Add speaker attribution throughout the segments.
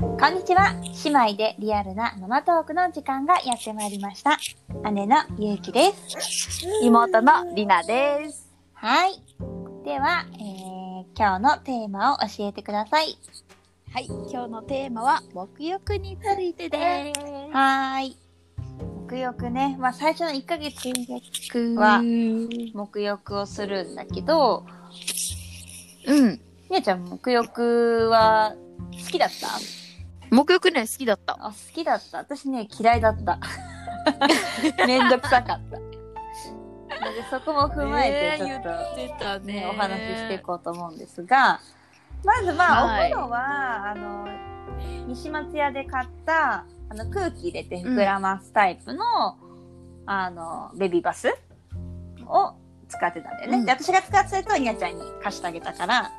Speaker 1: こんにちは姉妹でリアルなママトークの時間がやってまいりました姉のゆうきです
Speaker 2: 妹のりなです。
Speaker 1: はいでは、えー今日のテーマを教えてください
Speaker 2: はい、今日のテーマは木浴についてです。
Speaker 1: はーい沐浴ねまあ最初の1ヶ月
Speaker 2: は、
Speaker 1: は沐浴をするんだけど
Speaker 2: うん、
Speaker 1: みやちゃん沐浴は好きだった
Speaker 2: 木浴ね好きだった。
Speaker 1: あ好きだった私ね嫌いだった めんどくさかったなのでそこも踏まえてちょっと、
Speaker 2: 出た
Speaker 1: ね、お話ししていこうと思うんですが、まずまあ、
Speaker 2: はい
Speaker 1: お風呂は、あの、西松屋で買った、あの、空気入れて膨らますタイプの、あの、ベビーバスを使ってたんだよね。
Speaker 2: うん
Speaker 1: で、私が使ってたやつをニャちゃんに貸してあげたから、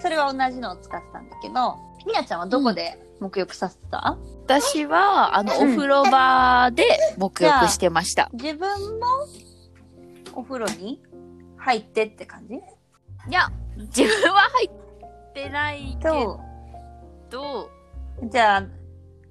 Speaker 1: それは同じのを使ってたんだけど、ニャちゃんはどこで沐浴させてた、
Speaker 2: 私はあのお風呂場で木浴してました。
Speaker 1: 自分もお風呂に入ってって感じ
Speaker 2: いや、自分は入ってないけ
Speaker 1: と、
Speaker 2: ど、
Speaker 1: じゃあ、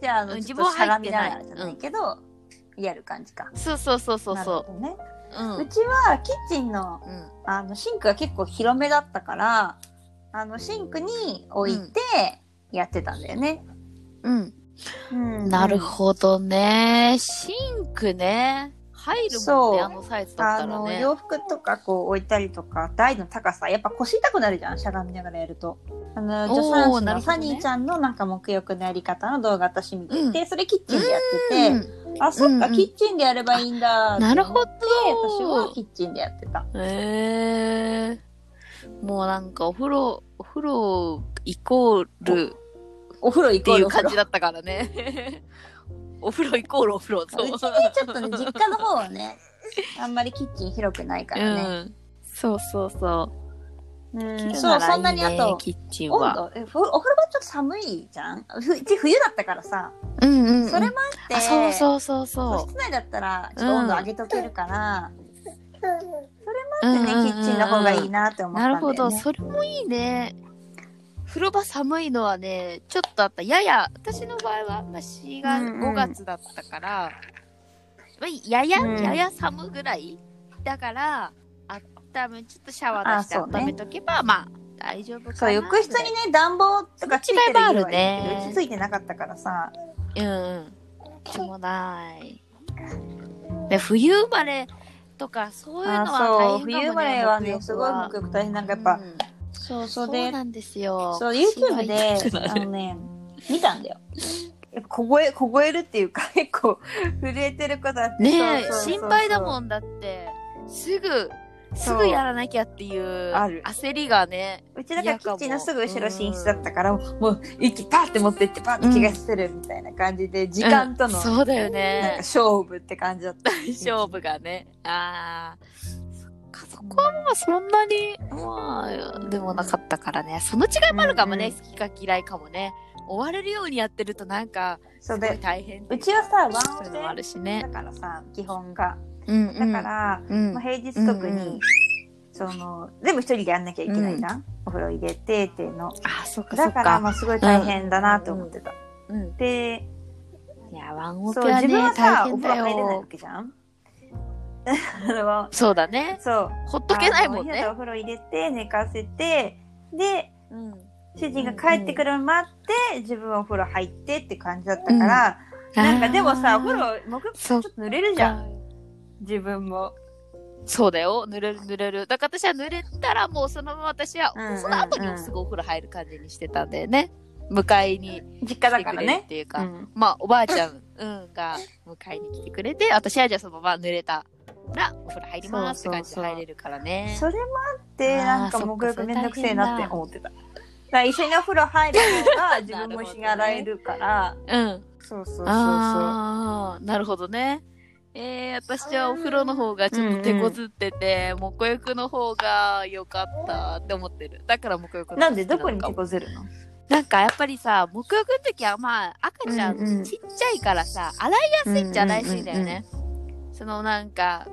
Speaker 1: じゃあ、あの、
Speaker 2: うん
Speaker 1: ちょっとしゃがみながらじ
Speaker 2: 自
Speaker 1: ゃ
Speaker 2: 分は
Speaker 1: な
Speaker 2: 入
Speaker 1: い
Speaker 2: っ
Speaker 1: けど、やる感じか。
Speaker 2: そうそうそうそうそ
Speaker 1: なるほどね。
Speaker 2: う。うん
Speaker 1: う。ちは、キッチンの、
Speaker 2: うん
Speaker 1: あの、シンクが結構広めだったから、あの、シンクに置いて、やってたんだよね。
Speaker 2: うん。
Speaker 1: うん
Speaker 2: なるほどね。シンクね。入るもん
Speaker 1: そう
Speaker 2: ね、あのサイズだっ
Speaker 1: あ
Speaker 2: たら
Speaker 1: の、
Speaker 2: ね。
Speaker 1: 洋服とかこう置いたりとか、台の高さ、やっぱ腰痛くなるじゃん、しゃがみながらやると。あの、助産
Speaker 2: お
Speaker 1: 師
Speaker 2: ーな
Speaker 1: の
Speaker 2: るほど
Speaker 1: サ
Speaker 2: ね
Speaker 1: ニーちゃんのなんか沐浴のやり方の動画私見てて、それキッチンでやってて、
Speaker 2: うん
Speaker 1: あ、そっか、
Speaker 2: うんうん
Speaker 1: キッチンでやればいいんだ。
Speaker 2: なるほど
Speaker 1: で、私はキッチンでやってた。
Speaker 2: ええもうなんかお風呂、お風呂イコール
Speaker 1: お風呂
Speaker 2: っ
Speaker 1: 行
Speaker 2: て
Speaker 1: こ
Speaker 2: いうう
Speaker 1: お風
Speaker 2: 感
Speaker 1: 呂
Speaker 2: じだったからね。お風呂イコールお風呂そう。
Speaker 1: うちね、ちょっとね、実家の方はね、あんまりキッチン広くないからね。
Speaker 2: うん。そうそうそう。
Speaker 1: うん、
Speaker 2: 切る
Speaker 1: そ
Speaker 2: な
Speaker 1: う、
Speaker 2: ら
Speaker 1: そんなにあ
Speaker 2: いいね
Speaker 1: と、
Speaker 2: キッチン
Speaker 1: 温
Speaker 2: は。
Speaker 1: 度えふお風呂場ちょっと寒いじゃんふうち冬だったからさ、
Speaker 2: うんうん、
Speaker 1: それもあって、
Speaker 2: あそうそうそうそ
Speaker 1: 室内だったら、ちょっと温度上げとけるから、
Speaker 2: う。
Speaker 1: でね、キッチンの方がいいなって思った
Speaker 2: な
Speaker 1: だ
Speaker 2: んる
Speaker 1: よ、ね。
Speaker 2: ほど、それもいいね。風呂場寒いのはね、ちょっとあった。やや、私の場合は、まあ、4が
Speaker 1: うんうん
Speaker 2: 5月だったから、まあやや、
Speaker 1: うん
Speaker 2: やや寒ぐらいだから、あっため、ちょっとシャワー出して
Speaker 1: あそうね
Speaker 2: 温めとけば、まあ、大丈夫かな。
Speaker 1: そう、浴室にね、暖房とかついてる
Speaker 2: その違いはあ
Speaker 1: 家
Speaker 2: る
Speaker 1: はいいけど
Speaker 2: ね
Speaker 1: うちついてなかったからさ、
Speaker 2: ね。うんうん。でもない。で冬生まれとか、そういうのは
Speaker 1: あそ
Speaker 2: 大変かも
Speaker 1: う、
Speaker 2: ね。
Speaker 1: 冬生まれはね、
Speaker 2: 沐
Speaker 1: す
Speaker 2: 浴
Speaker 1: ごい
Speaker 2: は
Speaker 1: 沐浴大変なんかやっぱ、
Speaker 2: うん
Speaker 1: そうそ
Speaker 2: そ
Speaker 1: う
Speaker 2: う
Speaker 1: で、
Speaker 2: なんですよ。
Speaker 1: そう、YouTube で
Speaker 2: 腰が痛くな、る
Speaker 1: あのね、見たんだよ。やっぱ凍え、凍えるっていうか、 結構、震えてる方って
Speaker 2: ねえ
Speaker 1: そうそうそう
Speaker 2: 心配だも
Speaker 1: ん。
Speaker 2: んだってすぐす
Speaker 1: そう
Speaker 2: ぐやらなきゃっていう
Speaker 1: ある
Speaker 2: 焦りがね
Speaker 1: うちだからキッチンのすぐ後ろ寝室だったから、もう、息パーって持ってって、パーって
Speaker 2: うん
Speaker 1: 気がしてるみたいな感じで、時間との、
Speaker 2: うんそうだよ
Speaker 1: なんか
Speaker 2: ね
Speaker 1: 勝負って感じだった。
Speaker 2: 勝負がねあーそっか そこはまあそんなにまあでもなかったからねその違いもあるかもね、
Speaker 1: うん
Speaker 2: 好きか嫌いかもね追われるようにやってるとなんかす
Speaker 1: そう
Speaker 2: ごい
Speaker 1: で、
Speaker 2: 大変
Speaker 1: うちはさ、ワン
Speaker 2: そういうのもあ
Speaker 1: オ
Speaker 2: るし
Speaker 1: ペ
Speaker 2: ね
Speaker 1: だからさ、基本が。
Speaker 2: うんう
Speaker 1: だ
Speaker 2: ん
Speaker 1: から、
Speaker 2: うん
Speaker 1: まあ、平日特に、
Speaker 2: うん
Speaker 1: その、全部一人でやんなきゃいけないじゃん。お風呂入れて、っていうの。
Speaker 2: あそっかそ
Speaker 1: だ
Speaker 2: っ
Speaker 1: から、
Speaker 2: か、
Speaker 1: まあ、すごい大変だなと思ってた。
Speaker 2: うん、
Speaker 1: で、
Speaker 2: いやワンオペ
Speaker 1: そう、
Speaker 2: は
Speaker 1: 自
Speaker 2: ね
Speaker 1: 分はさ、
Speaker 2: 大
Speaker 1: お
Speaker 2: 変
Speaker 1: 風呂
Speaker 2: だ
Speaker 1: 入れないわ
Speaker 2: よ
Speaker 1: けじゃん。 あの
Speaker 2: そうだね
Speaker 1: そう。
Speaker 2: ほっとけないもん
Speaker 1: あのお部屋
Speaker 2: ね
Speaker 1: でお風呂入れて、寝かせて、で、
Speaker 2: うん
Speaker 1: 主人が帰ってくるの待って、自分はお風呂入ってって感じだったから、なんかでもさ、お風呂、僕、ち
Speaker 2: そ
Speaker 1: ょ
Speaker 2: っ
Speaker 1: っと濡れるじゃん。自分も。
Speaker 2: そうだよ。濡れる濡れる。だから私は濡れたらもうそのまま私は、
Speaker 1: うんうんうん
Speaker 2: その後にすぐお風呂入る感じにしてたんだよね。迎えに
Speaker 1: 実家
Speaker 2: 来
Speaker 1: だ
Speaker 2: て
Speaker 1: か
Speaker 2: く
Speaker 1: ら
Speaker 2: れるっ
Speaker 1: ね。
Speaker 2: ていう
Speaker 1: う
Speaker 2: か、
Speaker 1: ん
Speaker 2: まあおばあちゃん、うん、が迎えに来てくれて、私はじゃあそのまま濡れたらお風呂入りますって感じで
Speaker 1: そうそうそう
Speaker 2: 入れるからね。
Speaker 1: それもあって、
Speaker 2: あー
Speaker 1: なんか
Speaker 2: そっか
Speaker 1: もぐよく
Speaker 2: それ
Speaker 1: めんどくせえ
Speaker 2: 大
Speaker 1: なっ
Speaker 2: 変
Speaker 1: て
Speaker 2: だ
Speaker 1: 思ってた。だから一緒にお風呂入る方 が自
Speaker 2: なるほどね
Speaker 1: 分も一緒に洗えるから、
Speaker 2: うん。
Speaker 1: そうそうそうそう。
Speaker 2: ああ、なるほどね。えー、私はお風呂の方がちょっと手こずってて、もこゆくの方が良かったって思ってる。だからもこゆくの方が
Speaker 1: な
Speaker 2: 好
Speaker 1: ん
Speaker 2: き
Speaker 1: で
Speaker 2: の
Speaker 1: どこに
Speaker 2: か
Speaker 1: 手
Speaker 2: も
Speaker 1: こずるの
Speaker 2: なんかやっぱりさ、沐浴の時はまあ赤ちゃん
Speaker 1: うんうん
Speaker 2: ちっちゃいからさ、洗いやすいっちゃ洗いやすいんだよね。そのなんか、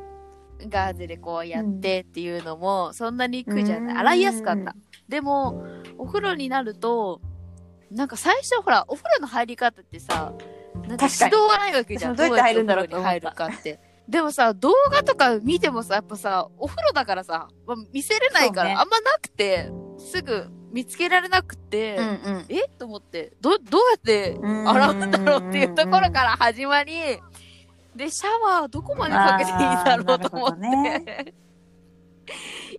Speaker 2: ガーゼでこうやってっていうのも、そんなに苦じゃ
Speaker 1: う
Speaker 2: なんい。洗いやすかっ
Speaker 1: うん
Speaker 2: た。でも、お風呂になると、なんか最初ほら、お風呂の入り方ってさ、なんか
Speaker 1: 確かに
Speaker 2: 指導がないわけじゃん。
Speaker 1: 私もどうやって入るんだろう
Speaker 2: どやってお風呂に入るかって。でもさ、動画とか見てもさ、やっぱさ、お風呂だからさ、まあ見せれないか
Speaker 1: そ
Speaker 2: ら、
Speaker 1: うね
Speaker 2: あんまなくて、すぐ見つけられなくて、
Speaker 1: ん
Speaker 2: えと思って、ど、どうやって
Speaker 1: うん
Speaker 2: 洗うんだろうっていうところから始まり、で、シャワーどこまでかけていいだろうと思って。
Speaker 1: あーなるほど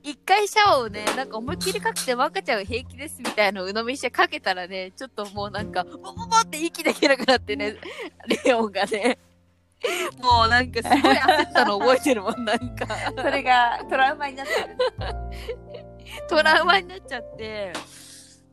Speaker 2: 一回シャワーをね、なんか思いっきりかけて若ちゃんは平気ですみたいなのを鵜呑みにしてかけたらね、ちょっともうなんか、ボボボって息できなくなってね、レオンがね、もうなんかすごい焦ったの覚えてるもん、なんか。
Speaker 1: それがトラウマになってる。
Speaker 2: トラウマになっちゃって、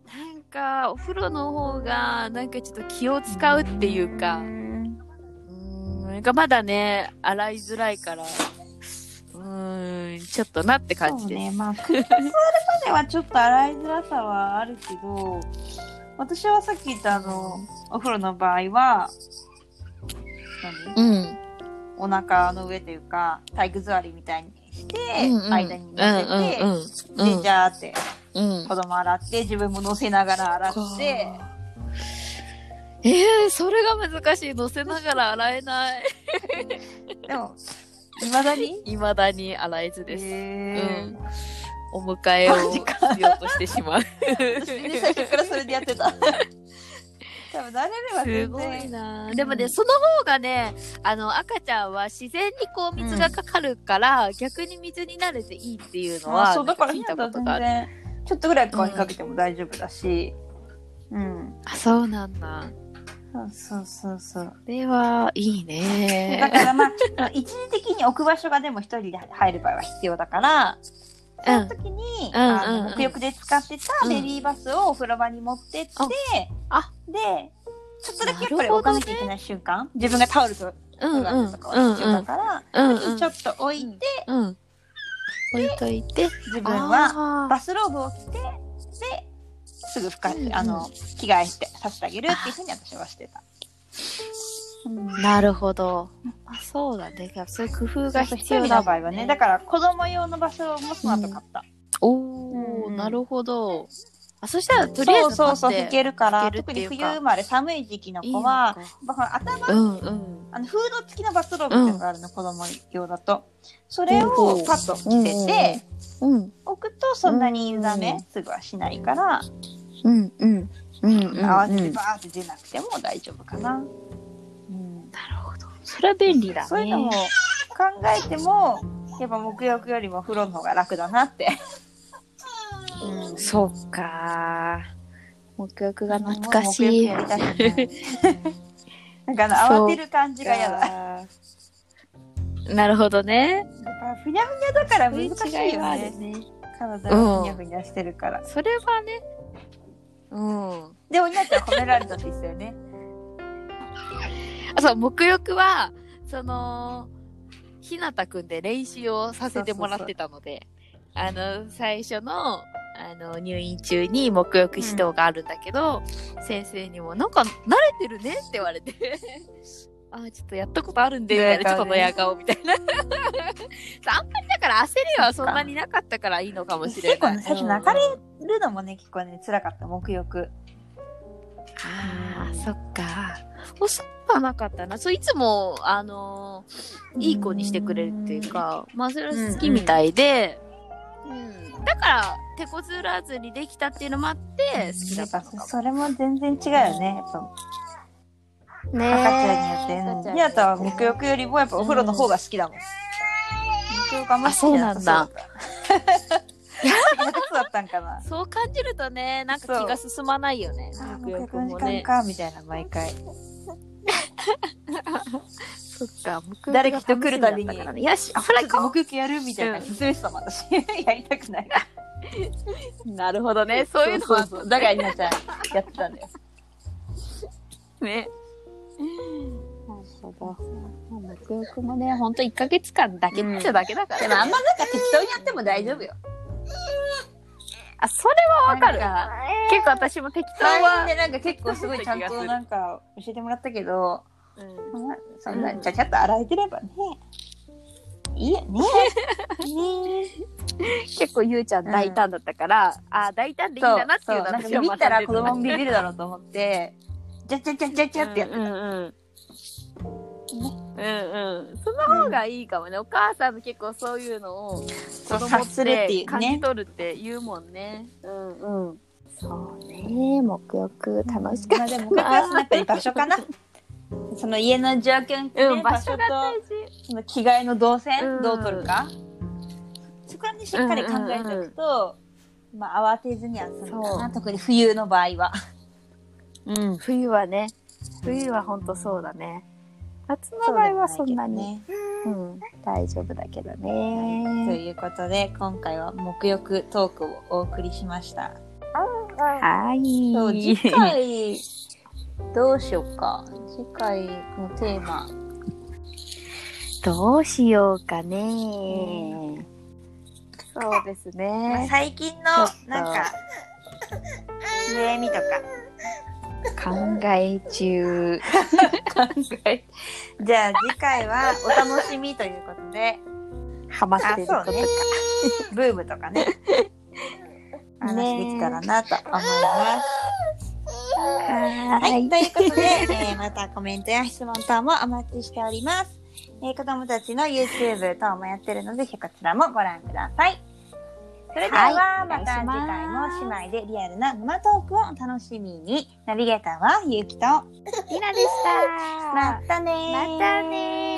Speaker 2: なんかお風呂の方がなんかちょっと気を使うっていうか、うーん、なんかまだね、洗いづらいから、うーん、ちょっとなって感
Speaker 1: そう
Speaker 2: じです。
Speaker 1: ね、まあ、首の座るまではちょっと洗いづらさはあるけど、私はさっき言ったあの、お風呂の場合は、何
Speaker 2: うん。
Speaker 1: お腹の上というか、体育座りみたいにして、
Speaker 2: うんうん
Speaker 1: 間に乗せて、
Speaker 2: うんうんうん
Speaker 1: で、じゃーって
Speaker 2: うん。
Speaker 1: 子供洗って、自分も乗せながら洗って、
Speaker 2: えー、それが難しい。乗せながら洗え ない。
Speaker 1: でも、いまだに
Speaker 2: 未だに洗えずです。
Speaker 1: へー
Speaker 2: お迎えを
Speaker 1: マジ
Speaker 2: し
Speaker 1: か
Speaker 2: ようとしてしまう。
Speaker 1: 私ね、最初からそれでやってた。 多分慣れれば
Speaker 2: す
Speaker 1: 全
Speaker 2: ごい
Speaker 1: 然。
Speaker 2: な
Speaker 1: うん
Speaker 2: でもね、その方がね、あの、赤ちゃんは自然にこう水がかかるから、逆に水に慣れていいっていうのは、
Speaker 1: あそう、だから
Speaker 2: 聞い
Speaker 1: ヒ
Speaker 2: た
Speaker 1: ナ
Speaker 2: こ
Speaker 1: は
Speaker 2: と
Speaker 1: 全
Speaker 2: がある。
Speaker 1: 然、ちょっとぐらい顔にかけても大丈夫だし。うん。
Speaker 2: あ、そうなんだ。
Speaker 1: そうそうそうそう。
Speaker 2: それは、い
Speaker 1: だ
Speaker 2: い ね。
Speaker 1: からまあ、一時的に置く場所がでも一人で入る場合は必要だから、その時に、
Speaker 2: うん
Speaker 1: あ
Speaker 2: うんうん
Speaker 1: の、沐浴で使ってたベビーバスをお風呂場に持ってって、
Speaker 2: あ
Speaker 1: で、ちょっとだけやっ
Speaker 2: な
Speaker 1: ぱ
Speaker 2: る
Speaker 1: り
Speaker 2: ほ
Speaker 1: 置
Speaker 2: ど
Speaker 1: か
Speaker 2: ね
Speaker 1: なきゃいけない瞬間、自分がタオルと
Speaker 2: う
Speaker 1: か
Speaker 2: んうん。
Speaker 1: とかは必要だ
Speaker 2: う
Speaker 1: から、
Speaker 2: んうん。
Speaker 1: ちょっと置いて、
Speaker 2: うん。置いといて。
Speaker 1: 自分は
Speaker 2: あー
Speaker 1: バスローブを着て、で、すぐ深い、
Speaker 2: うんうん
Speaker 1: あの、着替えしてさせてあげるっていうふうに私はしてた。うん
Speaker 2: なるほど。あそうだね。そういう工夫が
Speaker 1: そうそう一
Speaker 2: 必
Speaker 1: 人
Speaker 2: 要だ
Speaker 1: の
Speaker 2: も
Speaker 1: 場合
Speaker 2: ん
Speaker 1: は
Speaker 2: ね。
Speaker 1: ね、だから子供用の場所もその後買った。
Speaker 2: お
Speaker 1: う
Speaker 2: お、
Speaker 1: ん
Speaker 2: なるほど。あ、そしたらとりあえず立って
Speaker 1: そうそうそう、拭けるから、
Speaker 2: 拭けるっ
Speaker 1: 特
Speaker 2: てい
Speaker 1: に
Speaker 2: うか
Speaker 1: 冬生まれ寒い時期の
Speaker 2: いいの
Speaker 1: 子は
Speaker 2: か、
Speaker 1: やっぱ頭、
Speaker 2: うんうん。
Speaker 1: あの、フード付きのバスローブっていうのがあるの、子供用だと。それを
Speaker 2: ほうほう
Speaker 1: パッと着てて、
Speaker 2: うん
Speaker 1: 置くとそんなに湯冷
Speaker 2: うん
Speaker 1: めすぐはしないから、
Speaker 2: うんうん。うんうん、うん。
Speaker 1: 合わせて
Speaker 2: なる
Speaker 1: バーって出なくても大丈夫かな。うん
Speaker 2: ほど。それは便利だね。
Speaker 1: そういうのも考えても、やっぱ沐浴よりも風呂の方が楽だなって。うん
Speaker 2: そうか。沐浴が懐か しい。
Speaker 1: 沐浴やりたくない。なんかあの、慌てる感じが嫌だ。やっ
Speaker 2: だ。なるほどね。
Speaker 1: ぱふにゃふにゃだから
Speaker 2: そういう
Speaker 1: 難しい
Speaker 2: 違いは
Speaker 1: よ
Speaker 2: ある
Speaker 1: ね。
Speaker 2: ね。
Speaker 1: 体がふにゃふにゃしてるから。
Speaker 2: それはね。うん。
Speaker 1: で、おにゃちゃん褒められたって言ってたよ ね。
Speaker 2: あそう沐浴はそのひなたくんで練習をさせてもらってたのであの最初のあの入院中に沐浴指導があるんだけど、先生にも「なんか慣れてるね」って言われて「あちょっとやったことあるんで」みたいな「ちょっとドヤ顔」みた いなあんまりだから焦りはそんなになかったからいいのかもしれ
Speaker 1: 結
Speaker 2: な
Speaker 1: 構
Speaker 2: い
Speaker 1: ね、最初泣かれるのもね、結構ね、辛かった、沐浴。
Speaker 2: あーそっか。おそはなかったな。そういつも、あのーいい子にしてくれるっていうか、まあそれは好きみたいで、うん、だから、手こずらずにできたっていうのもあって、好きだ
Speaker 1: や
Speaker 2: っ
Speaker 1: ったぱ
Speaker 2: のかも。
Speaker 1: それも全然違うよね。やっぱ
Speaker 2: ね
Speaker 1: 赤ちゃんによって。ニャタは沐浴よりもやっぱお風呂の方が好きだもん。沐浴あんま好きじゃさそうから。夏だったんかな。
Speaker 2: そう感じるとね、なんか気が進まないよね。
Speaker 1: あ
Speaker 2: 沐
Speaker 1: 沐
Speaker 2: 浴
Speaker 1: 浴の
Speaker 2: も
Speaker 1: 時間
Speaker 2: ね。
Speaker 1: か、みたいな、毎回。
Speaker 2: そっか、沐浴
Speaker 1: 誰か人来るたびに
Speaker 2: が楽しみだったからねよし、お風呂行こ
Speaker 1: 目撃やるみたいな勧めてたもん、私。やりたくない。
Speaker 2: うなるほどね、そういうのは
Speaker 1: そうそうだから、稲ちゃん、やってたんだよ。
Speaker 2: ね。なるほど。沐浴もね、ほんと1ヶ月間だけっちゃだけだから、
Speaker 1: でも、あんまなんか適当にやっても大丈夫よ。
Speaker 2: あ、それはわかる。
Speaker 1: なん
Speaker 2: 結構私も適当
Speaker 1: 最近
Speaker 2: は。
Speaker 1: でなんか結構すごいちゃんとなんか教えてもらったけど、
Speaker 2: うん
Speaker 1: まあそんなにちゃちゃっと洗えてればね。いいよ ね。ね
Speaker 2: 結構ゆうちゃん大胆だったから、ああ大胆でいいん
Speaker 1: そう
Speaker 2: だなって
Speaker 1: そ
Speaker 2: いううの
Speaker 1: なんか
Speaker 2: 私
Speaker 1: ビ
Speaker 2: は
Speaker 1: ビったら子供も
Speaker 2: も
Speaker 1: ビビるだろうと思って、じゃじゃじゃじゃじゃってやってた。
Speaker 2: うんうんうんうんその方がいいかもね、お母さんの結構そういうのを
Speaker 1: そ
Speaker 2: 子
Speaker 1: う、
Speaker 2: 供
Speaker 1: 察
Speaker 2: っ
Speaker 1: するってい
Speaker 2: て
Speaker 1: う
Speaker 2: 感じ
Speaker 1: ね。
Speaker 2: 取るって言うもんねうんうんそうね目浴楽しか
Speaker 1: ま
Speaker 2: っ
Speaker 1: あで
Speaker 2: た
Speaker 1: も、やっぱり場所かな。 その家の条件、ね
Speaker 2: うん
Speaker 1: 場
Speaker 2: 場
Speaker 1: 所
Speaker 2: 所
Speaker 1: と
Speaker 2: が大事
Speaker 1: その着替えの動
Speaker 2: う
Speaker 1: 線
Speaker 2: ん
Speaker 1: どう取るか、そこはねしっかり考えておくと、まあ、慌てずには済むかな特に冬の場合は。
Speaker 2: うん、冬はね冬は本当そうだね夏の
Speaker 1: そう
Speaker 2: 場
Speaker 1: で
Speaker 2: 合
Speaker 1: も
Speaker 2: はい
Speaker 1: け
Speaker 2: そ
Speaker 1: ど
Speaker 2: んなに
Speaker 1: ね
Speaker 2: うん、大丈夫だけど
Speaker 1: と
Speaker 2: ね。
Speaker 1: いうことで今回は「沐浴トーク」をお送りしました。
Speaker 2: はい。
Speaker 1: そう次回どうしようか次回のテーマ
Speaker 2: どうしようかね。そうです
Speaker 1: まあ
Speaker 2: ね。
Speaker 1: 最近の
Speaker 2: ちょっと
Speaker 1: なんか 悩みとか
Speaker 2: 考え中。
Speaker 1: 考えじゃあ次回はお楽しみということで。
Speaker 2: ハマってること
Speaker 1: あそうねブームと かね。話できたらなと思います。
Speaker 2: は。
Speaker 1: はいい、ということで、えーまたコメントや質問等もお待ちしております。えー子供たちの YouTube 等もやってるので、ぜひこちらもご覧ください。それでは、
Speaker 2: はい
Speaker 1: また
Speaker 2: お
Speaker 1: 次回
Speaker 2: 願いし
Speaker 1: も
Speaker 2: ます
Speaker 1: 姉妹でリアルな沼トークをお楽しみに。ナビゲーターはゆうきと。
Speaker 2: ひなでした。
Speaker 1: またねー
Speaker 2: またねー